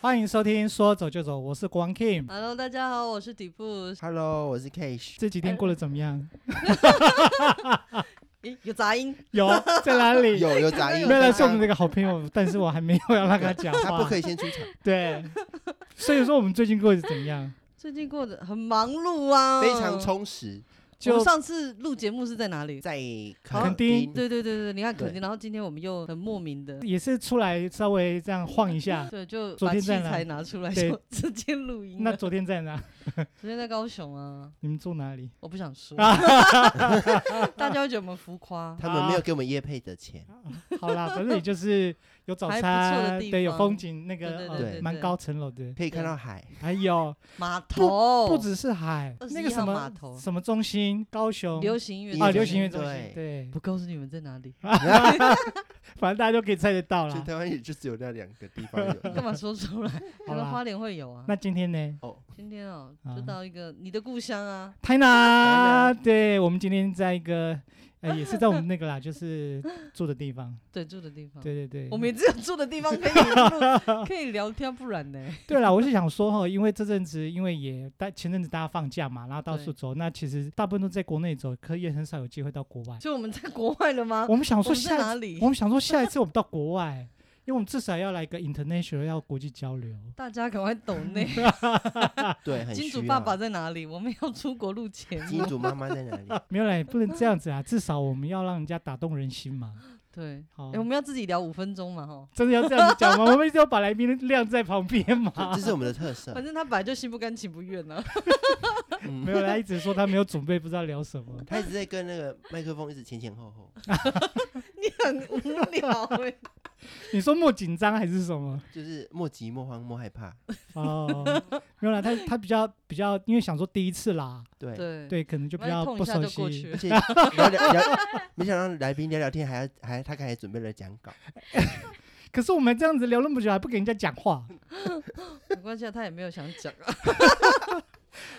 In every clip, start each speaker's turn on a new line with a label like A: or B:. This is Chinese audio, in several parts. A: 欢迎收听《说走就走》，我是光 Kim。
B: Hello，大家好，我是底部。
C: Hello，我是 Cash。
A: 这几天过得怎么 样？
B: 咦，有杂音，
A: 有在哪里？
C: 有有杂音，
A: 原来是我们这个好朋友，但是我还没有要让他讲
C: 他不
A: 话
C: 可。以先出场，
A: 对，所以说我们最近过得怎么样？
B: 最近过得很忙碌啊，
C: 非常。充实，
B: 我们
A: 就
B: 上次录节目是在哪里？
C: 在
A: 肯
C: 肯
A: 定
C: 定
B: 对对对对，你看
C: 对
B: 肯定，然后今天我们又很莫名的，
A: 也是出来稍微这样晃一下。
B: 对，就
A: 昨
B: 把
A: 啊天
B: 器
A: 在哪
B: 材拿出来
A: 对
B: 就直接录音
A: 那
B: 了。
A: 昨天在哪？
B: 昨天在高雄啊，
A: 你们住哪里？
B: 我不想 说，
A: 啊
B: 大家会觉得我们浮夸。
C: 他们没有给我们业配的钱，
A: 好啦，反正也就是有早
B: 还不错的
A: 餐，
B: 地
A: 对，有
B: 方
A: 风景，那个
B: 对对
A: 呃
C: 对
B: 对哦
A: 蛮
B: 对
A: 高层楼的，
C: 可以看到海，
A: 还有
B: 码头
A: 不只是海，
B: 21
A: 那个什
B: 号
A: 么
B: 码头
A: 什么中心，高雄
B: 流行音乐
A: 啊，
B: 中
A: 流行
B: 心
A: 音乐中心
C: 对，
A: 对，
B: 不告诉你们 在哪里，
A: 反正大家都可以猜得到
C: 全
A: 啦。
C: 台湾也就只有那两个地方
B: 干
C: 有。
B: 嘛说出来？
A: 好
B: 可能花
A: 啦，
B: 莲会有啊。
A: 那今天呢？
C: 哦，
B: 今天哦
A: 啊，
B: 就到一个你的故乡啊，
A: 台
C: 南
A: 南，对我们今天在一个，呃，也是在我们那个 啦，就是住的地方，
B: 对，住的地方。
A: 对对对。
B: 嗯我们也只有住的地方可以录可以聊天，不然呢？
A: 对啦，我是想说哈，因为这阵子，因为也大前阵子大家放假嘛，然后到处
B: 对
A: 走，那其实大部分都在国内走，可也很少有机会到国外。
B: 就我们在国外了吗？
A: 我们想
B: 啊我
A: 说
B: 们在
A: 下
B: 哪
A: 一次，
B: 里
A: 我？们想说下一次我们到国外， 因为我们至少要来一个 international，要国际交流。
B: 大家赶快抖内。
C: 对，很
B: 金主
C: 需
B: 爸
C: 要
B: 爸，在哪里？我们要出国录节目。
C: 金主妈妈在哪里？
A: 没有啦，也不能这样 子啊，至少我们要让人家打动人心嘛。
B: 对，
A: 好
B: 诶，哎我们要自己聊五分钟嘛，哈。
A: 真的要这样子讲吗？我们一定要把来宾晾在旁边嘛？
C: 这这是我们的特色
B: 反。正他本来就心不甘情不愿呢、啊。
C: 嗯
A: 没有，他一直说他没有准备，不知道聊什 么。
C: 他一直在跟那个麦克风一直前前后后，
B: 你很无聊、欸，
A: 你说莫紧张还是什么？
C: 就是莫急莫慌莫害怕。
A: 哦，没有啦，他他比较比较，因为想说第一次啦，
C: 对，
B: 对，
A: 对，可能就比
B: 反正
A: 较
B: 碰
A: 不
B: 一下
A: 熟
B: 就过去
A: 悉。
C: 而
B: 了。
C: 且聊聊聊，没想到来宾聊聊天还要还他刚才准备了讲稿，
A: 可是我们这样子聊那么久，还不给人家讲话，
B: 没关系啊，他也没有想讲啊，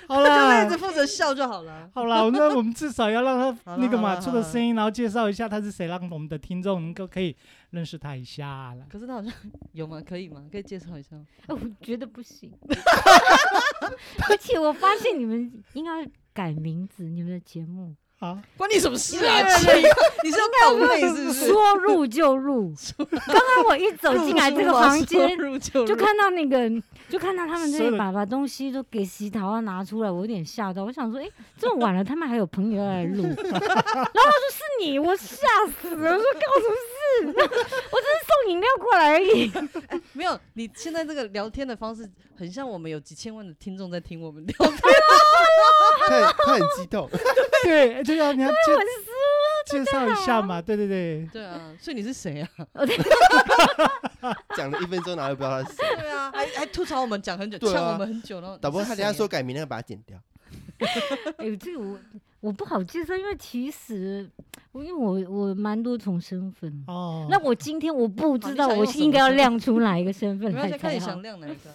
A: 好
B: 他就一
A: 啦
B: 直。负责笑就好了。
A: 好啦，那我们至少要让他
B: 好啦
A: 那个
B: 好
A: 嘛
B: 啦
A: 出的声音，然后介绍一下他是谁，让我们的听众能够可以认识他一下啦。
B: 可是他好像有吗？可以吗？可以介绍一下吗？
D: 哎，我觉得不行。 而且我发现你们应该改名字，你们的节目
A: 好，
B: 关你什么事啊？
D: 对
B: 奇
D: 对
B: 你是要抖内是不是？
D: 说入啊就入。刚刚我一走进来这个房间，
B: 入啊就入
D: 就看到那个，就看到他们
A: 所有
D: 这
A: 的
D: 里把把东西都给洗头啊拿出来，我有点吓到。我想说，哎、这么晚了，他们还有朋友要来 录，然后他说是你，我吓死了。我说干我什么事？我 只是送饮料过来而已。
B: 没有，你现在这个聊天的方式很像我们有几千万的听众在听我们聊天，
C: 他很他很激动。
A: 对，就要你要
D: 我
A: 介
D: 是
A: 介绍一下嘛，对对对。
B: 对啊， 所以你是谁啊？
C: 讲了一分钟，然后也不知道他是谁。
B: 对啊，还还吐槽我们讲很久，
C: 对啊
B: 呛我们很久，然后
C: 导播
B: 你是
C: 他等下
B: 谁
C: 说
B: 啊
C: 改名，那个把它剪掉。
D: 哎、这个我我不好介绍，因为其实我因为我我蛮多重身份。
A: 哦，
D: 那我今天我不知道
B: 哦好你想用
D: 我是应该要
B: 什么
D: 亮出哪一个身份
B: 没关
D: 才
B: 系，看
D: 才
B: 你
D: 好哦
B: 想。亮哪一个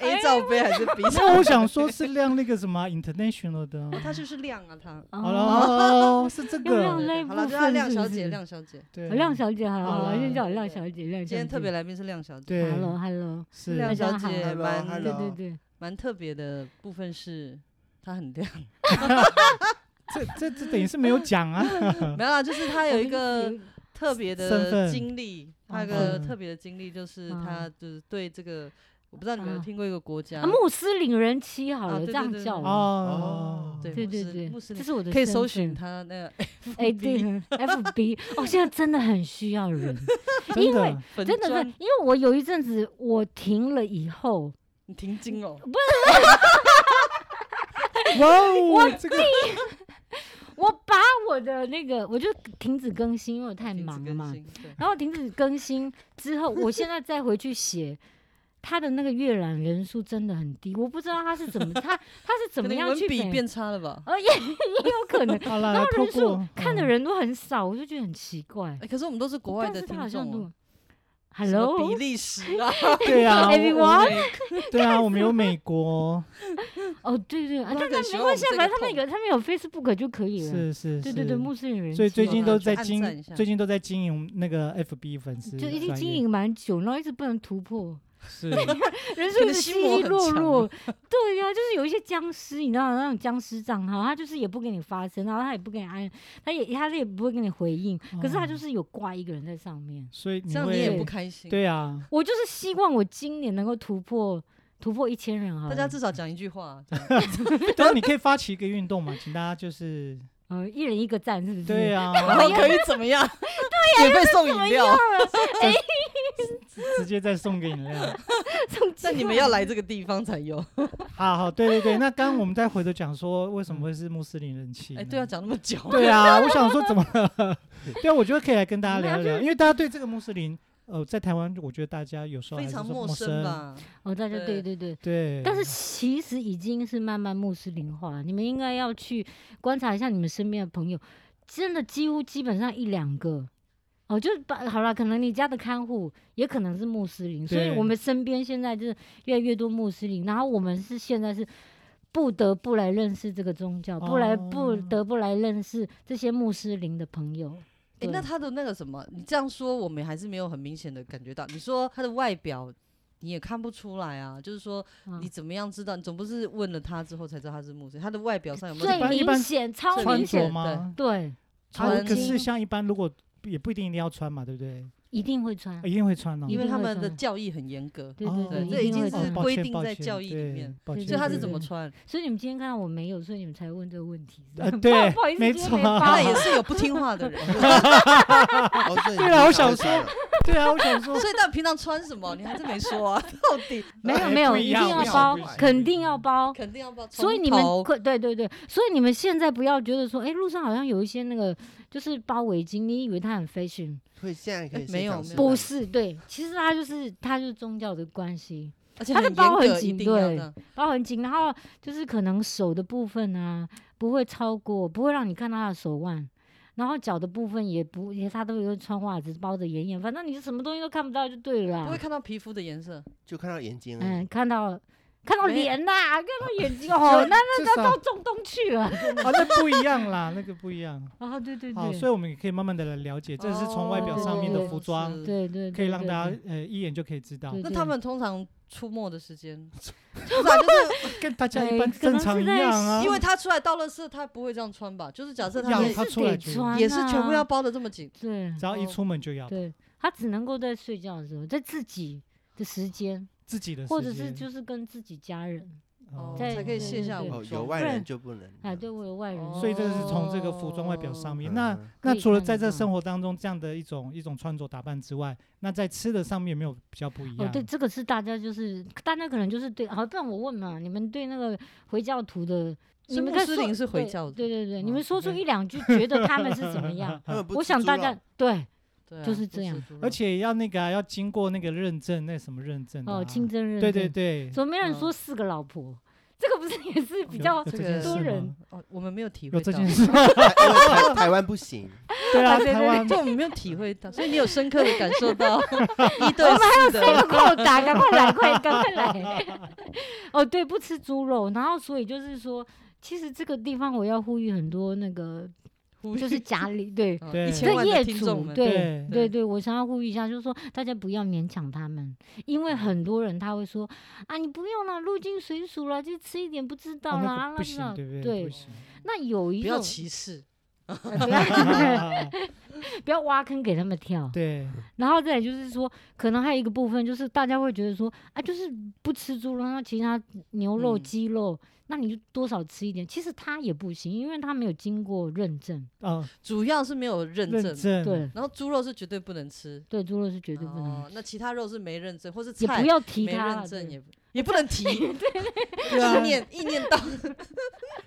B: ，A 罩杯还是 B 罩
A: 那
B: 杯？
A: 哦我想说，是亮那个什么 international 的啊。
B: 他就是亮啊，他
A: 好了，
D: 哦
A: 哦是这
D: 要
A: 个
D: 亮，那一
B: 好
D: 部
B: 了，
D: 分
B: 就他亮
D: 是不
B: 小姐，
D: 是
B: 亮小姐，
A: 对，
D: 亮小姐好了，
A: 好
D: 好
A: 啦
D: 了，先叫我亮小姐，亮小姐。
B: 哦今天特别来宾是亮小姐，
A: 对，
D: Hello，Hello，
A: 是
B: 亮小
D: 大
B: 姐
D: 家
C: 好
B: 蛮
C: Hello，Hello
D: 对对
B: 哦
D: 对，
B: 蛮特别的部分是她很亮，
A: 这这这等于是没有讲啊，
B: 没有啊，就是她有一
D: 我
B: 个
D: 们有
B: 特别
A: 身
B: 的
A: 份
B: 经历，他有
D: 嗯
B: 个
A: 嗯
B: 特别的经历就是
D: 嗯
B: 他就是对这个，我不知道你们有
D: 啊
B: 听过一个国家
D: 啊，，穆斯林人妻好
B: 啊
D: 了，
B: 对
D: 这
B: 对
D: 样
B: 对
D: 叫
B: 对
D: 我。
A: 哦，
B: 对
D: 对
B: 穆
D: 对
B: 斯
D: 对
B: 穆斯，
D: 这
B: 林
D: 是我的
B: 可以
D: 身
B: 搜
D: 份
B: 寻他那个
D: 哎，对，FB，哦，现在真的很需要 人，
A: 真
D: 因为
A: 的，
B: 粉
D: 真的是
B: 砖，
D: 因为我有一阵子我停了以后，
B: 你停经哦，
A: 哇哦，这个
D: 我把我的那个我就停止更新，因为我太
B: 停止
D: 忙了
B: 更
D: 嘛。
B: 新对
D: 然后停止更新之后，我现在再回去写，他的那个阅览人数真的很低，我不知道他是怎么他他是 怎
B: 可
D: 么
B: 能你
D: 样
B: 文
D: 去
B: 笔
D: 每
B: 变呃差了吧？
D: 呃，也也有可能。
A: 好啦，
D: 然后
A: 透
D: 人数
A: 过
D: 看的
A: 嗯
D: 人都很少，我就觉得很奇怪。
B: 哎，可是我们都是国外
D: 但
B: 的
D: 是他
B: 听
D: 好像
B: 众哦什么
D: 都
B: 比
D: ，Hello，
B: 利时 啊，
A: 对啊，我我
D: everyone
A: 们对啊，我们有美 国，
D: 哦，对对，啊
B: 那
D: 但
B: 个
D: 但
B: 喜
D: 没
B: 欢我
D: 关
B: 们
D: 系啊，
B: 这
D: 反
B: 个
D: 正他们
B: 痛
D: 有他们有 Facebook 就可以了。
A: 是是
D: 对对对，
A: 是，
D: 穆斯林人，
A: 所以最
B: 嘛
A: 近
B: 那
A: 都
B: 去
A: 在
B: 按赞一
A: 经
B: 下
A: 最近都在经营我们那个 FB 粉丝，
D: 就一直经。营蛮久，然后一直不能突破。
A: 是
D: 人
B: 可
D: 生
B: 能
D: 的
B: 心
D: 稀
B: 魔
D: 里
B: 很
D: 落
B: 强哦
D: 落。对呀、就是有一些僵尸，你知道那种僵尸账号，他就是也不给你发声，然后他也不给你按，他也他也不会给你回应，可是他就
A: 哦
D: 是有挂一个人在上面。
A: 所以你
B: 这样你
A: 会
B: 也不开心。
A: 对啊，
D: 我就是希望我今年能够突破突破一千人好
B: 大
D: 了，
B: 家至少讲一句话， 这样
A: 对啊，你可以发起一个运动嘛，请大家就是
D: 呃一人一个赞，是不是？
A: 对 啊，
B: 然后可以怎么样？对呀，免费送饮料。
A: 直接再送个饮料。
D: 送
B: 那你们
D: 鸡
B: 要来这个地方才有。
A: 好好，对对对，那刚刚我们再回头讲说为什么会是穆斯林人气？
B: 哎，对啊，，讲那么久，
A: 对啊，我想说怎么了？对啊，我觉得可以来跟大家聊一聊，因为大家对这个穆斯林，呃，在台湾我觉得大家有时候还
B: 非
A: 是
B: 常
A: 说陌
B: 生？吧？
D: 哦，大家对
B: 对
D: 对对。
A: 对，
D: 但是其实已经是慢慢穆斯林化了，你们应该要去观察一下你们身边的朋友，真的几乎基本上一两个，哦，就是把好了，可能你家的看护也可能是穆斯林，所以
A: 对
D: 我们身边现在就是越来越多穆斯林，然后我们是现在是不得不来认识这个宗教，不来不
A: 哦
D: 得不来认识这些穆斯林的朋友。
B: 哎
D: 对，
B: 那他的那个什么，你这样说，我们还是没有很明显的感觉到。你说他的外表。你也看不出来啊，就是说
D: 嗯
B: 你怎么样知道？你总不是问了他之后才知道他是穆斯林，他的外表上有没有
D: 最
A: 般一
D: 明
A: 般
D: 显，超
B: 最
D: 明
A: 穿
B: 明
A: 着
D: 显
B: 显，
A: 吗？
D: 对，
A: 啊
B: 穿
A: 可是
D: 金
A: 像一般如果也不一定一定要穿嘛，对不对？
D: 一定会穿
A: 呃。一定会穿哦。
B: 因为
D: 一定
B: 他
D: 会
B: 们的
D: 穿
B: 教义很严格，
D: 对对对，
A: 哦
D: 一
B: 这已
D: 定
B: 经
D: 会
B: 是
D: 穿
A: 哦抱
B: 规
A: 歉
B: 定
A: 抱
B: 在
A: 歉
B: 教义里
A: 对
B: 面
A: 抱
D: 对
A: 歉
B: 所以他是
A: 对
B: 怎么
A: 对
B: 穿？
D: 所以你们今天看到我没有，所以你们才问这个问题。
A: 呃对
D: 不好意思，
A: 没
D: 今天没
A: 错
D: 发
B: 他也是有不听话的 人，
C: 哦，对
A: 对啊我想说，对啊，我想说，
B: 所以到底平常穿什么？你还是没说啊？ 到 底
D: 没有
A: 哎
D: 没有，
A: 不一
D: 一定
A: 样
D: 要
A: 不一样
D: 包
A: 不一样，
D: 肯定要包。
B: 肯定要把
D: 所以你
B: 从
D: 们
B: 头
D: 可对对对，所以你们现在不要觉得说，哎，路上好像有一些那个就是包围巾，你以为它很 fashion，
C: 会现在可以
B: 哎没有没有
C: 现场试
D: 不
C: 吗
D: 是，对，其实它就是它就是宗教的关系，
B: 而且
D: 他的
B: 很严
D: 包很
B: 格，一
D: 紧
B: 定要
D: 对
B: 这样
D: 包很紧，然后就是可能手的部分啊不会超过，不会让你看到他的手腕。然后脚的部分也不，也他都有穿袜子包的严严，反正你什么东西都看不到就对了啦。
B: 不会看到皮肤的颜色。
C: 就看到眼睛而
D: 嗯，
C: 已，
D: 看到看到
B: 没
D: 脸呐、看到眼睛哦，那
A: 那至
D: 到
A: 少
D: 中东去了。
A: 啊，那不一样啦，那个不一样。
D: 哦，对对
A: 好，
D: 对，哦
A: 所以我们也可以慢慢的来了解，这是从外表上面的服装，
B: 哦。
D: 对对，
A: 可以
D: 对
A: 让
D: 对
A: 大
D: 对
A: 家呃一眼就可以知道
D: 对，
B: 那他们通常出没的时间，不是啊就是
A: 跟大家
D: 哎
A: 一般
D: 可
A: 正
D: 能是
A: 常一
D: 在
A: 样啊。
B: 因为他出来倒垃圾，他不会这样穿吧？就是假设他
A: 要
B: 也
A: 他
D: 是
A: 出来
D: 得
A: 就
D: 穿
B: 也是全部
D: 啊
B: 要包的这么紧，
D: 对
A: 只要一
B: 哦
A: 出门就要
D: 对，他只能够在睡觉的时候，在自己的时间，
A: 自己的时间，
D: 或者是就是跟自己家人
B: 哦，
D: 在
B: 才可以
D: 对
B: 卸
D: 对
B: 下
D: 对
B: 武
C: 哦，有
B: 装。
C: 外
D: 不然
C: 人就不能
D: 哎，对我有外人，
A: 所以这是从这个服装外表上面。那
C: 嗯？
A: 那
D: 哦可以
A: 除了
D: 看
A: 在
D: 得
A: 这
D: 到
A: 生活当中这样的一种一种穿着打扮之外，那在吃的上面有没有比较不一
D: 哦
A: 样？，
D: 对，这个是大家就是大家可能就是对，好，不然我问嘛，你们对那个回教徒的，你
B: 是
D: 们
B: 穆
D: 看
B: 斯
D: 说
B: 林是回
D: 对
B: 教的
D: 对对对，你
A: 哦
D: 们说出
A: 对
D: 一两句，觉得他们是怎么样
A: 啊
C: 他 们不
D: 我
C: 吃
D: 想
C: 猪
D: 大
C: 肉
D: 家对
B: 对啊，
D: 就是
B: 不
D: 这
B: 吃
D: 样
B: 猪肉
A: 而且要那个啊、要经过那个认证，那什么认证的啊、
D: 哦，清真认
A: 对对
D: 证
A: 对，
D: 怎么没人
B: 嗯
D: 说四个老婆？这个不是也是比
A: 有
D: 较
A: 有这
B: 这
A: 件
B: 个
A: 事
D: 多
A: 吗
D: 人
B: 哦，我们没有体
A: 有
B: 会
A: 这
B: 到，
A: 件事，
C: 台因为台台湾不行，
A: 对 啊，
D: 对对
A: 台湾
B: 就我们没有体会到，所以你有深刻的感受 到一对四
D: 这
B: 的
D: 个扣打，赶快来，快赶快 来！哦，对，不吃猪肉，然后所以就是说，其实这个地方我要呼吁很多那个，
B: 呼
D: 就是
B: 吁
D: 家里对。
B: 啊
A: 对
B: 一千
D: 的
B: 万
D: 业
B: 的听众
D: 主，
B: 们，
D: 对
A: 对
D: 对对，我想要呼吁一下，就是说大家不要勉强他们，因
A: 嗯
D: 为很多人他会说啊，你不用了，入境随俗了，就吃一点，不知道
A: 哦那
D: 啦，
A: 个
D: 啊
A: 不
D: 那知
A: 行，
D: 道
A: 对不
D: 对
A: 不行，
D: 那有一
B: 不要
D: 种，
B: 歧视，
D: 不要挖坑给他们跳，
A: 对，
D: 然后再来就是说，可能还有一个部分就是大家会觉得说，啊，就是不吃猪肉，那其他牛肉、
B: 嗯
D: 鸡肉，那你就多少吃一点。其实它也不行，因为它没有经过认证。
A: 哦，
B: 主要是没有认
A: 认
B: 证，
A: 证，
D: 对
B: 然后猪肉是绝对不能吃，
D: 对，猪肉是绝对不能，
B: 哦，那其他肉是没认证，或是
D: 也
B: 菜
D: 不要提
B: 没
D: 它啦。
B: 认
D: 对
B: 证也不也不能 提，
A: 对啊
B: 意。念意念到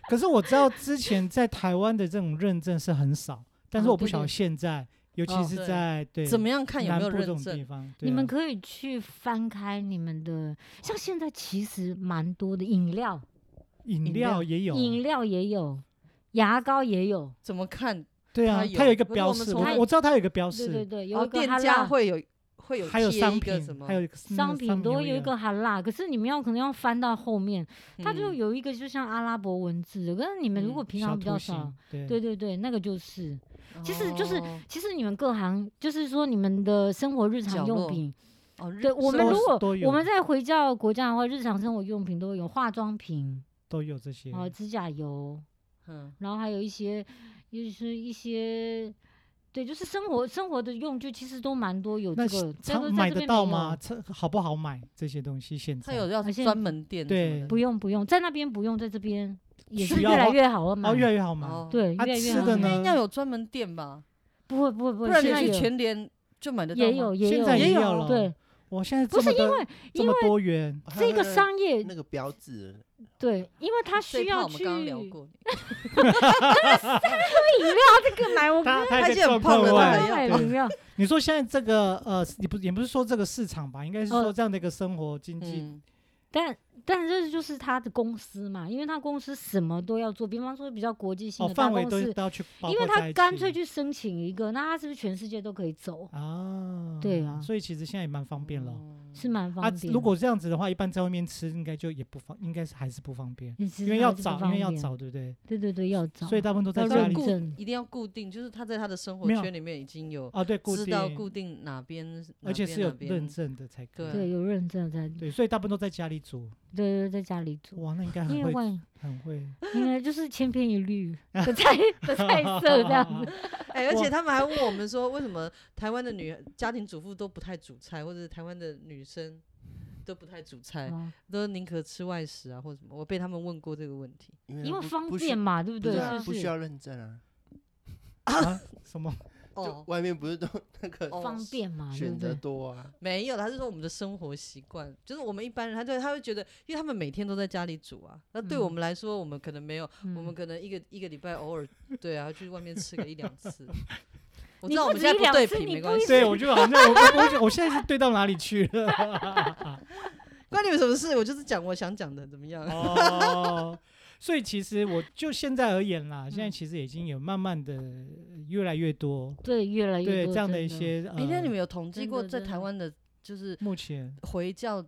A: 可是我知道之前在台湾的这种认证是很少，但是
D: 哦
A: 我不
D: 对
A: 晓得
D: 对
A: 现在，尤其
B: 哦
A: 是
B: 对
A: 在对
B: 怎么样看有
A: 南
B: 没有
A: 部这
B: 认
A: 种地
B: 证？
A: 方，对
D: 你们
A: 啊
D: 可以去翻开你们的，像现在其实蛮多的饮料，
A: 饮
B: 饮
A: 料
B: 料
A: 也有，
D: 饮料也有，牙膏也有，
B: 怎么看？
A: 对啊
B: 它，有
A: 它有一个
B: 可是
A: 标
B: 我们
A: 示，
B: 从
A: 我
D: 来
A: 我知道它有一个标
D: 对对
A: 示，
D: 对，
B: 然
D: 有
B: 后
D: 一个
B: 哦店
D: 哈
B: 家
D: 拉。
B: 会嗯有会有
A: 还有
B: 贴
A: 商
B: 一个什
A: 品，
B: 么
A: 还有一个那个
D: 商品都
A: 也
D: 有一个哈拉，可是你们要可能要翻到后面，它就
B: 嗯
D: 有一个就像阿拉伯文字的，可是你们
B: 嗯
D: 如果平
A: 小
D: 常比较
A: 图
D: 少
A: 形，，对
D: 对对对，那个就是，其实就是
B: 哦
D: 其实你们各行就是说你们的生活日常
B: 角
D: 用
B: 落
D: 品，
B: 哦，日
D: 对我们
B: 是
A: 都
D: 如
A: 是
D: 果
A: 都有
D: 我们在回教国家的话，日常生活用品都有化妆品，
A: 都有这些
D: 然。后指甲油，
B: 嗯
D: 然后还有一些就是一些。对，就是生活生活的用具，其实都蛮多有这
A: 那
D: 个，但
A: 常
D: 都在
A: 买
D: 这
A: 得
D: 边
A: 到
D: 没有
A: 吗？？这好不好买这些东西？现在
B: 它有要
D: 而且
B: 专门店什
A: 对
B: 么的，
D: 不用不用，在那边不用，在这边也是
A: 需要
D: 越来
A: 吗
D: 越好了嘛。
A: 哦，越来越好买。
B: 哦，
D: 对，
A: 啊
D: 越来越
A: 吃
D: 好
A: 的
D: 买
A: 呢
B: 那要有专门店吧，
D: 不会不会不
B: 不
D: 会，
B: 然
D: 现在
B: 你去
D: 有
B: 全联就买得到吗。
D: 也有也
A: 现
D: 有
A: 在
B: 也
A: 也
B: 有
A: 有了。
D: 对，，
A: 我现在
D: 不
A: 这么
D: 是因
A: 多
D: 为
A: 这
D: 因
A: 么
D: 为
A: 多元，
C: 还有
D: 这个
C: 那
D: 商业
C: 那个标志，
D: 对，因为他
B: 这一
D: 需
B: 趴
D: 要
B: 我们
D: 去
B: 刚刚聊过，
D: 这个 买我
A: 他他
B: 他
A: 在
B: 已经很
A: 状
B: 胖
A: 况
B: 了他
A: 外
B: 还
D: 刚
B: 要
D: 买
A: 对
D: 饮料，
A: 你说现在这个呃，你不也不是说这个市场吧，应该是
D: 呃
A: 说这样的一个生活经济，哦
B: 嗯，
D: 但但这就是他的公司嘛，因为他公司什么都要做，比方说比较国际性
A: 哦，
D: 的大
A: 范围
D: 公
A: 都
D: 司，
A: 都要去包括
D: 因为
A: 在
D: 他
A: 一
D: 干
A: 起
D: 脆去申请一个，那他是不是全世界都可以走？
A: 啊，
D: 对啊
A: 所以其实现在也蛮方便了。
B: 嗯
D: 是蛮方
A: 啊
D: 便的。，
A: 如果这样子的话，一般在外面吃应该就也不方，应该是还是不方便，
D: 你知
A: 因为
D: 道
A: 要
D: 这不
A: 找，因
D: 方
A: 为要
D: 便，
A: 找，对不对？
D: 对对对，要找。
A: 所以大部分都在
D: 要
A: 家
D: 认
A: 里
B: 固
D: 证，
B: 一定要固定，就是他在他的生活
A: 没有
B: 圈里面已经有
A: 啊，对，固
B: 知道
A: 定，
B: 固定哪边，哪
A: 而且
B: 边
A: 是有
B: 哪边
A: 认证的才可以。
B: 对
D: 对有认证在，对
A: 对，所以大部分都在家里煮。
D: 对对，在家里做。
A: 哇，那应该很
D: 因为
A: 会，
D: 万
A: 很 会。
D: 应该就是千篇 一律的菜的菜色这 样子，
B: 哎、而且
A: 哇
B: 他们还问我们说，为什么台湾的女家庭主妇都不太煮菜，或者台湾的女生都不太煮菜，
D: 哦
B: 都宁可吃外食啊，或者什么？我被他们问过这个问题。
C: 因
D: 因
C: 它
D: 为
C: 不
D: 方
C: 不需
D: 便嘛，对不
C: 不
D: 对？
C: 是
B: 啊
C: 啊
D: 是
C: 不
D: 不
C: 需
D: 是？
C: 要认证啊。
A: 啊，什么？
C: 就
B: 哦，
C: 外面不是都那个
B: 哦
D: 方便嘛，对
C: 选
D: 不
C: 择
D: 对？
C: 多
A: 哦
C: 啊？
B: 没有，他是说我们的生活习惯，就是我们一般人，他对他会觉得，因为他们每天都在家里煮啊，那对我
D: 嗯
B: 们来说，我们可能没有，
D: 嗯
B: 我们可能一个一个礼拜偶尔对啊去外面吃个一两次。 我
D: 你
B: 知道我
D: 不
B: 们
D: 止
B: 现在
D: 一两
B: 不对
D: 次
B: 比
D: 你
B: 没
D: 不
B: 关
D: 一
B: 系，
A: 对，我就好像我我我我现在是对到哪里去了？
B: 关你们什么事？我就是讲我想讲的，怎么样？
A: 哦，所以其实我就现在而言啦，现在其实已经有慢慢的越来越多
D: 对，越来越
A: 对
D: 多
A: 这样的一
D: 真
A: 些
B: 哎、那你
A: 呃，
B: 们有统计
D: 嗯真
B: 过
D: 的
B: 在
D: 真
B: 台
D: 的
B: 湾的，就是
A: 目前
B: 回教？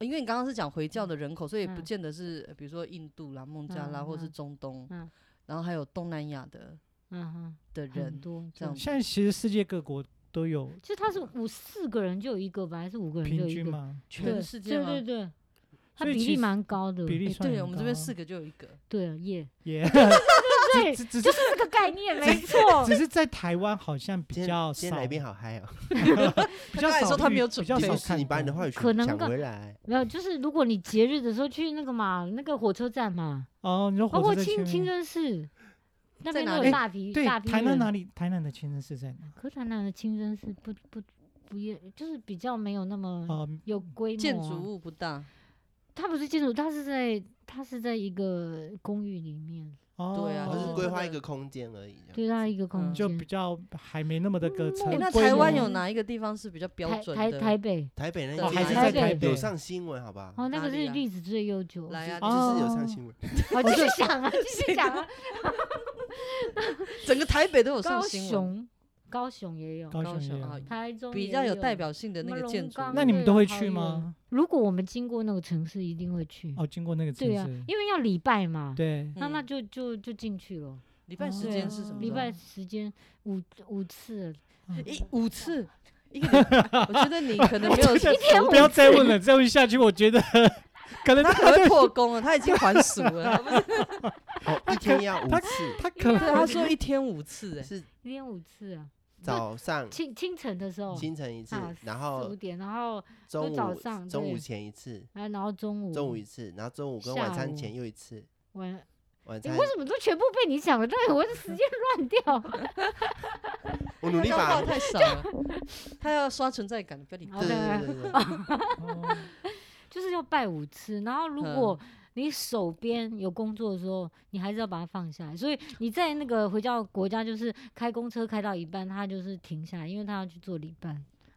B: 因为你刚刚是讲回教的人口，所以不
D: 嗯
B: 见得是，呃比如说印度啦、孟加拉，
D: 嗯
B: 或是
D: 嗯
B: 中东，
D: 嗯
B: 然后还有东南亚的
D: 嗯哼，
B: 的
D: 很
B: 人，
D: 多
B: 这样
D: 子。
A: 现在其实世界各国都有
D: 其实他是五四个人就有一个吧，还是五个人
A: 平
D: 就有一
A: 均
D: 个？
A: 嘛，
B: 全
D: 对
B: 世界吗
D: 对对对，它
A: 所以
D: 比
A: 其
D: 例
A: 实
D: 蛮高的。
A: 比例
B: 哎
A: 算
B: 对
A: 很
B: 我们这边
A: 高
B: 四个就有一个，
D: 对啊，耶，
A: 也
D: 对，
A: 只只
D: 就是是这个概念， 没错。
A: 只是在台湾好像
C: 今
A: 比
C: 天
A: 较
C: 今
A: 少
C: 天，来宾好嗨哦！
A: 比较
B: 刚才
A: 少
B: 说他
A: 遇
B: 没有
A: 比
B: 准
A: 较
B: 备
A: 少
C: 老师，
A: 看
C: 你把你的
A: 过
C: 话语权
D: 可能
C: 抢
D: 个
C: 回来。
D: 没有，就是如果你节日的时候去那个嘛，那个火车站嘛，
A: 哦，你说
D: 包
A: 火
D: 括
A: 车在
D: 清
A: 前
D: 清
A: 面
D: 真寺那
B: 在
D: 边
B: 哪
D: 都
A: 里
D: 有大批
A: 哎对
D: 大批
A: 台南
D: 人
A: 哪里？台南的清真寺在哪？
D: 可台南的清真寺不不不也，就是比较没有那么
A: 哦，
D: 有规模、啊
B: 建筑，物不大，
D: 它不是建筑，它是在它是在一个公寓里面，
A: 哦，
B: 对啊
C: 它
B: 可
C: 是
B: 哦
C: 规
B: 真
C: 划一
B: 的
C: 个空间而已。啊
D: 对，它一个
B: 嗯
D: 空
A: 就
D: 间。
A: 比较还没那么的个成
B: 哎、
D: 哎
B: 那
D: 规
B: 台湾
D: 模
B: 有哪一个地方是比较标
D: 台
B: 准
D: 台
B: 的？
D: 台北，
C: 台北那
B: 哦
C: 个
A: 还
C: 有
A: 是
D: 台
A: 在
D: 北
A: 台北
C: 有上新闻，好不好？
D: 哦，哎那
B: 哪
D: 个
B: 里
D: 是
B: 啊
D: 历史最悠久。
B: 来啊，
A: 哦
C: 就是有上新闻，
D: 我继续讲啊，继续讲啊。
B: 就是整个台北都有上
D: 高
B: 新闻，
D: 雄，高雄也有，
A: 高
B: 高
A: 雄也
B: 雄啊
A: 有。
D: 台中
B: 比
D: 也
B: 较有
D: 有
B: 代。表性的
D: 什
B: 那
D: 么
B: 个
D: 龙
B: 建筑物。
D: 岗
A: 那你们
D: 对
A: 都会
D: 好
A: 去
D: 远
A: 吗？
D: 如果我们经过那个城市，一定会去。
A: 哦，经过那个城
D: 对啊
A: 市，，
D: 因为要礼拜嘛，
A: 对，
D: 那那
B: 嗯
D: 就就就进去了。
B: 礼拜时
D: 对
B: 间
D: 啊
B: 是什么时候？
D: 礼拜时间五五次，
B: 一五次，一个礼拜，我觉得你可能没 有
A: 觉得
B: 熟
D: 天
A: 不要再问了，再问下去，我觉得可能
B: 他
A: 他
B: 可能会破功了，他已经还俗了。他 不是
C: 哦，一天要五次，
A: 他可
B: 对，
A: 能
B: 他说一天五 次，哎，
C: 是
D: 一天五次啊，
C: 早上
D: 清清晨的时候
C: 清晨一次
D: 啊，
C: 然
D: 四五
C: 后
D: 点，然后
C: 中
D: 早
C: 午
D: 上
C: 中午
D: 对
C: 前一次，
D: 啊，然后中午
C: 中午一次，然后中午跟晚
D: 下
C: 餐
D: 午
C: 前又一次，
D: 晚，
C: 晚
D: 你
C: 餐
D: 为什么都全部被你讲了？但是我 的时间乱掉。
C: 我努力
B: 他
C: 把
B: 话太少了，他要刷存在感，不要理他
D: 好
C: 对
D: 的
C: 对对对啊对，
A: 哦
D: 就是要拜五次，然后如果
B: 嗯
D: 你手边有工作的时候，你还是要把它放下来。所以你在那个回教国家，就是开公车开到一半，他就是停下来，因为他要去做礼拜。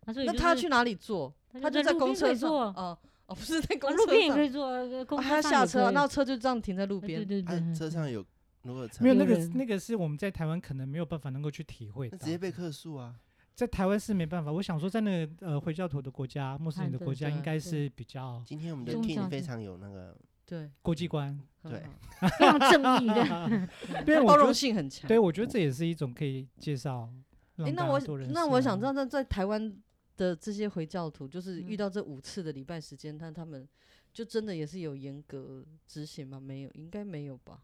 D: 啊，所以
B: 那
D: 就是
B: 他去哪里坐？他
D: 他就
B: 在
D: 在路
B: 公
D: 边
B: 车
D: 可以
B: 上
D: 坐
B: 哦哦，不是在
D: 啊
B: 公
D: 路边
B: 车
D: 也可
B: 上，
D: 以坐，呃公
B: 哦，
D: 车
B: 他要
D: 上
B: 下
D: 也
B: 车
D: 可
B: 啊，
D: 以
B: 那车就这样停在路
D: 对对
B: 边。
D: 对
C: 啊
D: 对，
C: 车上有如果有车
A: 没有
D: 有
A: 那个
D: 人
A: 那个是我们在台湾可能没有办法能够去体会
C: 那
A: 到
C: 直，接被客诉啊。
A: 在台湾是没办法。我想说，在那个呃回教徒的国家、穆斯林
D: 看
A: 的
D: 得
A: 国家，应
B: 对
A: 该
D: 对
A: 是比较
C: 今天我们的
D: 宗教
C: King 非
D: 性
C: 常有那个，
B: 对
A: 国际观，
B: 很
C: 对
B: 好
D: 非常正义的。
A: 对，我
B: 包
A: 觉
B: 容
A: 得
B: 性很强。
A: 对，我觉得这也是一种可以介绍。
B: 哎、
A: 让
B: 那
A: 大
B: 我
A: 家多认
B: 那
A: 识
B: 我
A: 啊
B: 想知道，那在台湾的这些回教徒，就是遇
D: 嗯
B: 到这五次的礼拜时间，那他们就真的也是有严格执行吗？没有，应该没有吧。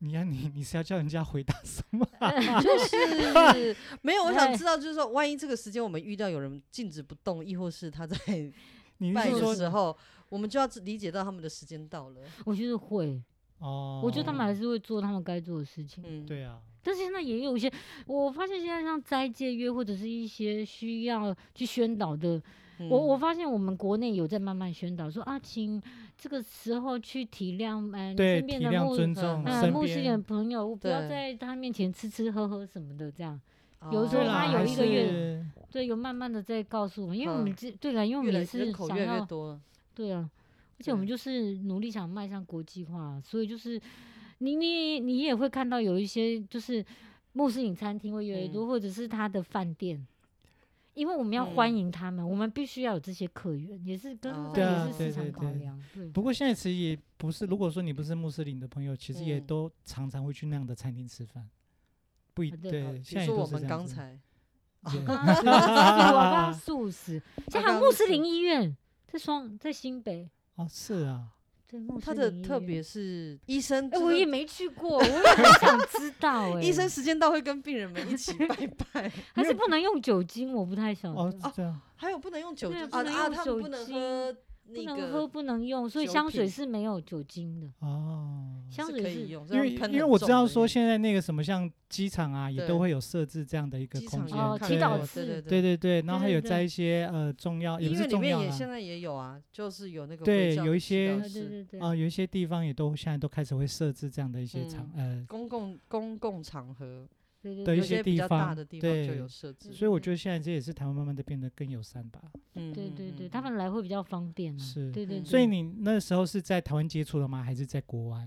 A: 你呀、你你是要叫人家回答 什么？
B: 就是没有，我想
D: 哎
B: 知道，就是说，万一这个时间我们遇到有人静止不动，亦或是他在
A: 你
B: 拜
A: 是
B: 的
A: 说
B: 时候，我们就要理解到他们的时间到了。
D: 我觉得会，
A: 哦？
D: 我觉得他们还是会做他们该做的事情。
B: 嗯，
A: 对啊，
D: 但是现在也有一些，我发现现在像斋戒月或者是一些需要去宣导的，
B: 嗯，
D: 我我发现我们国内有在慢慢宣导说啊，请这个时候去体谅嗯
A: 对，
D: 身
A: 体
D: 边的
A: 谅
D: 穆
A: 尊重
D: 嗯
A: 身
D: 穆斯林的
A: 边。
D: 朋友，不要
B: 对
D: 在他面前吃吃喝喝什么的这样。
B: 哦
D: 有时候
A: 对啦，
D: 他有
A: 还
D: 一个月
A: 是
D: 对，有慢慢的在告诉我们，因为我们
B: 嗯
D: 这对了，因为我
B: 越
D: 们也
B: 来
D: 是
B: 人口
D: 想
B: 越来越
D: 要
B: 多了，
D: 对啊，而且我们
B: 对
D: 就是努力想迈向国际化，所以就是你你你也会看到有一些就是穆斯林餐厅会越来越
B: 嗯
D: 多，或者是他的饭店。因为我们要欢
B: 嗯
D: 迎他们，我们必须要有这些客源，也是跟
B: 哦
A: 对
D: 也
A: 啊
D: 是
A: 对
D: 市场
A: 对
D: 考
A: 对
D: 量。对，
A: 不过现在其实也不是，如果说你不是穆斯林的朋友，其实也
B: 嗯
A: 都常常会去那样的餐厅吃饭，不一
D: 啊对
A: 对。
B: 比
A: 现在
B: 如
A: 也
B: 说
A: 都
B: 我
A: 是
B: 们
A: 这样
B: 刚
A: 子
B: 才
A: 对
D: 刚刚素食啊我刚刚素食，现在还有
B: 啊刚
D: 穆
B: 刚
D: 斯
B: 是
D: 林医院在双在新北，
A: 哦，是啊，
D: 对穆斯
B: 他的
D: 林医
B: 特
D: 院
B: 别是医生
D: 哎、
B: 真的，
D: 我也没去过，我也很想知道、哎，
B: 医生时间到会跟病人们一起 拜拜，
D: 还是不能用酒精，我不太晓得。
A: 哦是这样，
B: 还有不能用酒
D: 对
B: 精
D: 不
B: 啊
D: 能
B: 啊，
D: 用
B: 他
D: 酒
B: 们不能
D: 精
B: 喝
D: 不
B: 那
D: 能喝，
B: 个
D: 不能用，所以
B: 酒
D: 香水
B: 品
D: 是没有酒精的。
A: 哦。
D: 香
B: 是
D: 水
B: 可以用，
A: 因为因为我知道说现在那个什么像机场啊，也都
B: 对
A: 会有设置这样的一个
B: 机
A: 空
B: 场
A: 间，
D: 哦
B: 也
A: 对
D: 祈祷
B: 对
D: 室
B: 对
A: 对对对，然后还有
D: 对对
A: 在一些呃重要，也
B: 医
A: 不是
B: 院里
A: 重
B: 面
A: 要
B: 也
A: 啦
B: 现在也有啊，就是有那个
A: 对
B: 回教
A: 有一
B: 的祈祷
D: 啊
A: 些
D: 对
B: 室
D: 对对，
A: 啊、有一些地方也都现在都开始会设置这样的一些场、呃
B: 公共公共场合，
D: 对对
A: 的有一
B: 有
A: 些
B: 些
A: 地
B: 比较大
A: 方
B: 的地方就
A: 对
B: 有设置
A: 呃，，所以我
D: 对
A: 觉得现在这也是台湾慢慢的变得更友善吧。
B: 嗯，
D: 对
B: 嗯
D: 对对，
B: 嗯
D: 他
B: 嗯
D: 们来会比较方便啊。
A: 是
D: 对对
B: 嗯
D: 对。
A: 所以你那时候是在台湾接触的吗？还是在国外？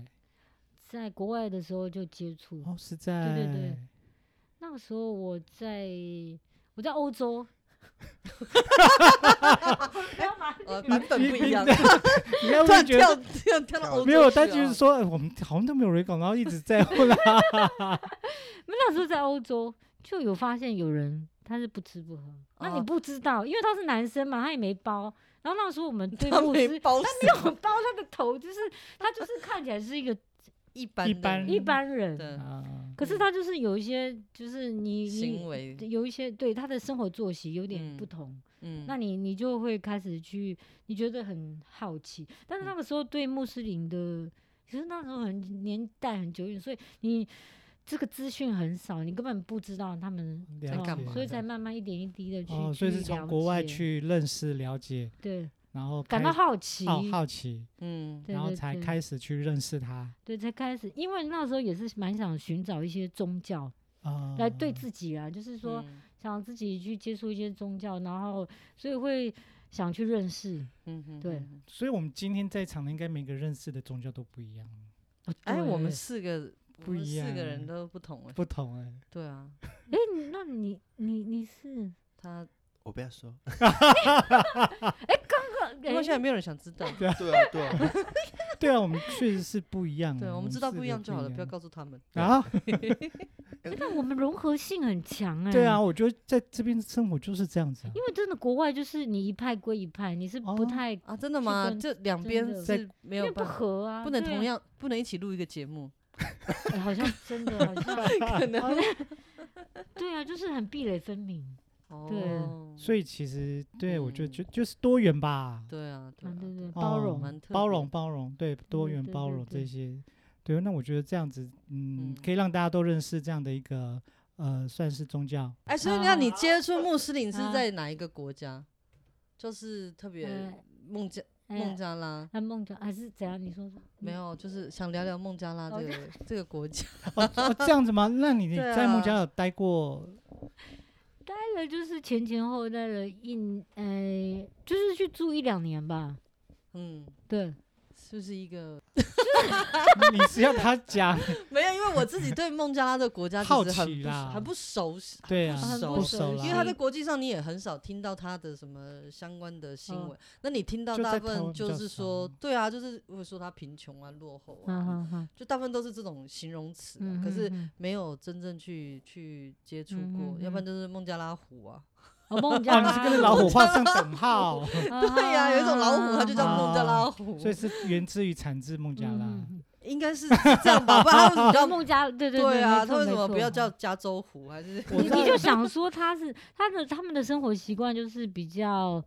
D: 在国外的时候就接触，
A: 哦，是在
D: 对对那个时候我在我在 欧洲。不要把
B: 呃版本
A: 你
B: 不
A: 你
B: 一样，
A: 你要
B: 突
A: 不会
B: 然
A: 觉得
B: 跳跳跳到欧洲
A: 没有？
B: 去
A: 但
B: 了
D: 哦
A: 就是说，呃我们 好像都没有人搞，然后一直在混啦。
D: 我们那时候在欧洲就有发现有人他是不吃不喝，那你
B: 哦
D: 不知道，因为他是男生嘛，他也没包。然后那时候我们 对
B: 他
D: 牧
B: 没
D: 师，
B: 包
D: 他没有包他的头，就是他就是看起来是一个
B: 一般
A: 一
B: 的
A: 般
D: 一般人，
B: 的
A: 啊
D: 可是他就是有一些就是你
B: 行
D: 你
B: 为，
D: 有一些对他的生活作息有点不
B: 嗯
D: 同，
B: 嗯，
D: 那你你就会开始去，你觉得很好奇，但是
A: 嗯
D: 那个时候对穆斯林的，其实那时候很年代很久远，所以你这个资讯很少，你根本不知道他们
A: 了
D: 哦
B: 干
A: 解
B: 嘛
D: 所以才慢慢一点一滴的去，
A: 哦，所以
D: 去
A: 是
D: 了
A: 从国外
D: 解，
A: 去认识、了解，
D: 对，
A: 然后
D: 感
A: 开
D: 到好奇，
A: 好好奇，
B: 嗯
D: 对
A: 然后
D: 对
A: 才
D: 对
A: 开始去认识他
D: 对，才开始，因为那时候也是蛮想寻找一些宗教
A: 啊。
D: 来对自己啊，就是说
B: 嗯
D: 想自己去接触一些宗教，然后所以会想去认识。
B: 嗯嗯
D: 对
B: 嗯嗯
A: 所以我们今天在场的应该每个认识的宗教都不一样，
D: 哦
B: 哎，我
D: 对
B: 们四个
A: 不
B: 我们
A: 一
B: 四个
A: 样
B: 人都不同哎，
A: 不同哎、
B: 对 啊，
D: 哎、你那你你你是
B: 他
C: 我不要说。
D: 哎
B: 不过现在没有人想知道，
C: 对啊，对啊，
A: 对啊，我们确实是不一样啊。
B: 对我们知道不一样就好了，不要
A: 告。
B: 告诉他们。
A: 啊，
D: 但我们融合性很强哎、
A: 对
B: 嗯
A: 啊，，我觉得在这边生活就是这样子、啊，
D: 因为真的国外就是你一派归一派，你是
A: 哦
D: 不太、
B: 啊，真的
D: 去
B: 吗？
D: 跟
B: 这两
D: 真
B: 边
D: 的
A: 在
B: 是没
D: 因为
B: 有
D: 不
B: 办法，
D: 合啊，
B: 不能
D: 对啊
B: 同、样，不能一起录一个节目。
D: 哎 好像真的好像
B: 可能
D: 好像 对啊，就是很壁垒分明，
B: 哦，
A: 所以其实对我觉得
B: 嗯
A: 就就是多元吧，
B: 对啊，对
D: 啊
B: 啊，
D: 对对，
B: 啊
D: 包
A: 哦
D: 容。
B: 蛮特
A: 包
B: 别嗯
A: 容
B: 的，
A: 包容，对多
D: 对
A: 元
D: 对
A: 包
D: 对
A: 容
D: 对
A: 这些，对，那我觉得这样子，嗯，
B: 嗯
A: 可以让大家都认识这样的一个呃，算是宗 教，
B: 哎，所以那你
D: 啊
B: 接触穆斯林是
D: 啊
B: 在哪一个国家？就是特别
D: 呃
B: 孟加孟
D: 哎，
B: 加拉。
D: 那梦中还是怎样？你说说
B: 没有，就是想聊聊孟加拉
D: 哦
B: 这个这个国家。
A: 哦哦这样子吗？那你你
B: 对
A: 在孟
B: 啊
A: 加拉有待过
D: 待了就是前前后待了一呃，就是去住一两年吧。
B: 嗯，
D: 对，
B: 是不是一个？
A: 你是要他 讲
B: 没有，因为我自己对孟加拉的国家其
A: 好
B: 实很
A: 奇
B: 不
A: 啦
B: 很不熟悉，
A: 对啊，
B: 很
A: 不
B: 不
A: 熟
D: 熟
A: 啦，
B: 因为他在
D: 悉
B: 国际上你也很少听到他的什么相关的新
D: 嗯
B: 闻。那你听到
A: 就
B: 大
A: 在
B: 部
A: 台湾
B: 分
A: 比
B: 就
A: 较
B: 是
A: 少
B: 说
A: 嘛，
B: 对啊，就是会说他贫穷啊、落后
D: 嗯
B: 啊，
D: 哼哼，
B: 就大部分都是这种形容词啊。
D: 嗯，
B: 可是
D: 嗯嗯
B: 没有真正去去接触
D: 嗯
B: 过，
D: 嗯
B: 要不然
D: 嗯
B: 就是孟加拉虎啊，
D: 我嗯孟加
A: 哦，你
D: 拉
A: 是跟
D: 虎
A: 老虎画上等号，
B: 对呀、有一种老虎，它就叫
A: 啊
B: 孟加拉虎，
A: 所以是源自于产自孟加拉。
D: 嗯
B: 应该是这样吧？不然他为什么
D: 叫
B: 叫
D: 孟加，对对
B: 对啊，
D: 没错
B: 他为什么
D: 没错
B: 不要叫加州虎？还是
A: 我
D: 你
A: 知道
D: 你就想说他是他的他们的生活习惯就是比较，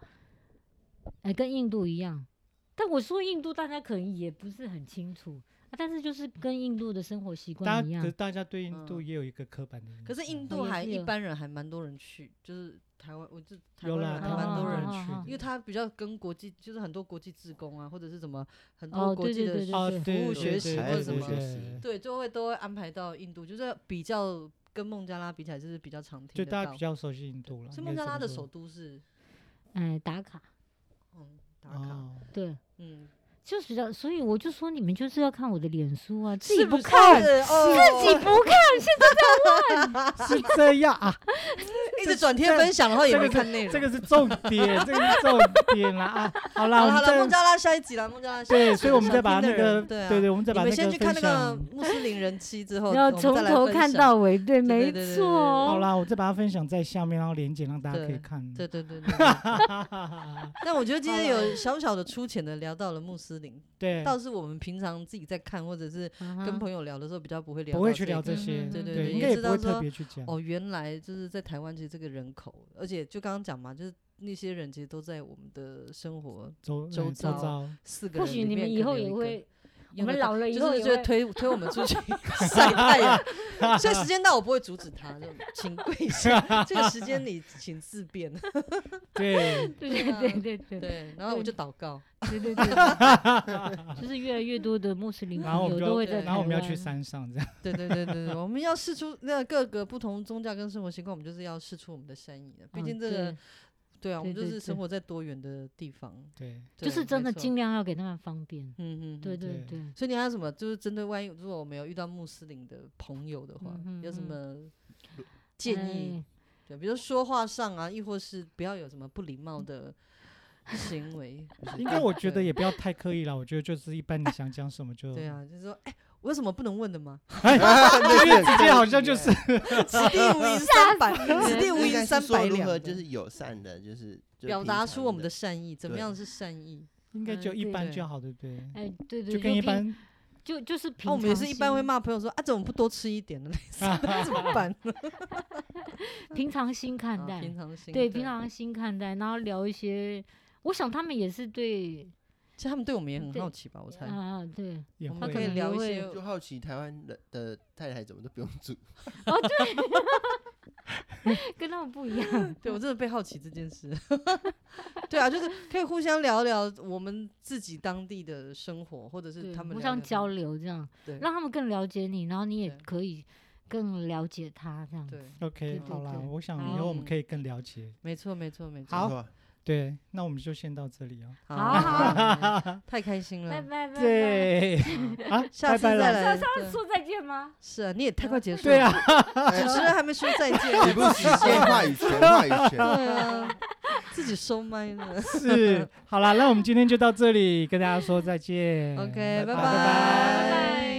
D: 呃，跟印度一样。但我说印度，大家可能也不是很清楚，啊、但是就是跟印度的生活习
A: 大
D: 惯一
A: 家可是
D: 样。
A: 大家对印度
B: 嗯
A: 也有一个刻板的印象， 啊
B: 可是印
D: 哦
B: 度
D: 也
B: 还
D: 是
B: 一
D: 有
B: 般人还蛮多人去，就是台湾，我这台
A: 有
B: 湾
A: 啦，
B: 人
A: 台
B: 还
D: 湾
B: 蛮多
D: 人
B: 人
D: 去
A: 去
D: 的
A: 的，
B: 因为他比较跟国际，就是很多国际志工啊，或者是什么很
D: 哦，
B: 多国
D: 对
B: 际
D: 对
B: 的，
D: 对
A: 啊，
D: 对对，
A: 对
B: 服务
A: 对
B: 学习
A: 对
B: 或者
A: 对
B: 什
A: 对
C: 么
A: 对
B: 对，就会都会安排到印度，就是比较跟孟加拉比起来，就是比较常听
A: 就
B: 得
A: 大家
B: 到
A: 比较熟悉印度了。
B: 所以孟加拉的首
A: 手
B: 都是
D: 哎、打卡，
B: 嗯打卡，
A: 哦，
D: 对，
B: 嗯，
D: 就是比较，所以我就说你们就是要看我的脸书啊，自己
B: 是
D: 不
B: 是
D: 看，
B: 哦
D: 自己不看，
A: 是这样啊，
B: 一直转贴分享，然后也
A: 这个
B: 没
A: 是
B: 看内容。
A: 这个是重点，这个是重点啦啊。好啦，
B: 好
A: 我
B: 了好
A: 们
B: 了，孟
A: 再
B: 加拉下一集了，孟加拉下一集
A: 对，所以我们
B: 想
A: 再把
B: 听
A: 那
B: 的人
A: 个
B: 对啊
A: 对对，我们再把
B: 你们先
A: 个
B: 去看那
A: 分
B: 个
A: 享。
B: 穆斯林人妻之后，
D: 要
B: 我们
D: 从
B: 再来
D: 头
B: 分
D: 看
B: 享。
D: 到尾，
B: 对
D: 对，没
B: 对
A: 好
B: 对对
D: 错。哦
A: 啦，我再把它分享在下面，然后连接让大家可以
B: 对
A: 看。
B: 对对对对。 对但我觉得今天有小小的粗浅的聊到了穆斯林，
A: 对，
B: 倒是我们平常自己在看或者是
A: 啊
D: 嗯哼
B: 跟朋友聊的时候比较不会聊，
A: 不会去聊
B: 这个。
A: 这些，
D: 嗯对对
A: 对，
D: 对
A: 应该
B: 也
A: 也
B: 知
A: 不会
B: 道说
A: 特别去讲。
B: 哦，原来就是在台湾，其实这个人口，而且就刚刚讲嘛，就是那些人其实都在我们的生活
A: 周
B: 周
A: 嗯周
B: 遭
A: 遭，
B: 四个
D: 或
B: 人
D: 许
B: 里
D: 你
B: 面可能有一个。
D: 们以后也会，我们老了以后
B: 就是
D: 也
B: 就
D: 会
B: 会推推我们出去 晒太阳，所以时间到我不会阻止他，就请跪下，这个时间你请自便。
A: 对，
D: 对对对对对对
B: 对，然后我就祷告，
D: 对对对， 就是越来越多的穆斯林
A: 然后我
D: 朋
A: 们
D: 友
A: 就
D: 都会
B: 对
D: 在
A: 然后我们要
D: 台
A: 去
B: 嗯
D: 湾，
A: 山上这样。
B: 对对对对对，我们要试出那各个不同宗教跟生活习惯，我们就是要试出我们的善意的。毕
D: 嗯
B: 竟这个，对啊，我们
D: 对
B: 就
D: 对
B: 是
D: 对
B: 生活在多元的地方，
A: 对，
D: 对就是
B: 对
D: 真的，
B: 没错
D: 尽量要给他们方便。
B: 嗯嗯，嗯
D: 对对
A: 对
D: 对，
B: 所以你还有什么？就是针对万一如果我们有遇到穆斯林的朋友的话
D: 嗯，哼
B: 有什
D: 嗯
B: 么建议？
D: 哎？
B: 对，比如说话上啊，亦或是不要有什么不礼貌的行 为。
A: 应该我觉得
B: 对
A: 也不要太刻意了，我觉得就是一般你想讲什么
C: 嗯
A: 就
B: 对啊，就是说，哎、我有什么不能问的吗？
A: 因为直接好像就是
B: 啊此地无银三百，此地
D: 人
B: 无
C: 应
B: 银
C: 该是
B: 三
C: 说
B: 百
C: 如
B: 两
C: 何
B: 的。
C: 就是友善的，就是就
B: 表
C: 平
B: 达
C: 常
B: 出我们的善意，怎么样是善意？
A: 应该就
D: 嗯
A: 一
D: 对
A: 般
B: 对
A: 就好，对不对？
D: 哎，对对，
A: 就跟一
D: 平
A: 般
D: 就就是平
B: 那、啊我们也是一般会
D: 心，
B: 骂朋友说啊，怎么不多吃一点呢？类似 的怎么 办？
D: 平常心看
B: 啊
D: 待，
B: 平常心
D: 对，平。常心看待，然后聊一些，我想他们也是对，
B: 其实他们对我们也很
D: 对
B: 好奇吧？我猜，
D: 啊，对，
A: 也
B: 我
A: 会
B: 们
D: 他
B: 可
D: 可
B: 以
D: 能
B: 聊
D: 也
B: 一
D: 会
B: 些，
C: 就好奇台湾的的太太怎么都不用煮，
D: 跟他们不一样
B: 对我真的被好奇这件 事， 对啊，就是可以互相聊聊我们自己当地的生活，或者是
D: 对，
B: 他们
D: 互
B: 聊
D: 相
B: 聊
D: 交
B: 他们，
D: 流这样，
B: 对
D: 让他们更了解你，然后你也
B: 对
D: 可以更了解他这样子。
B: 对，
A: OK，
D: 对
A: 好
D: 对
A: 啦，
D: 对
A: 我想以后我们
B: 嗯
A: 可以更了解。
B: 没错没错没错。
A: 好
C: 是吧，
A: 对，那我们就先到这里哦。
B: 好
D: 好
B: 好， 太开心了，
D: 拜拜拜拜。
A: 对，
B: 好下
A: 拜啊拜
B: 次再
A: 了
B: 来。对
D: 说再见吗？
B: 是啊，你也太快结束
A: 对
B: 了，
A: 啊，
B: 主持人还没说再见，
C: 你不实现话语权，话语权。
B: 对啊，自己收麦呢。
A: 是，好啦，那我们今天就到这里，跟大家说再见。
B: 嗯 OK，拜
A: 拜
B: 拜
A: 拜
D: 拜。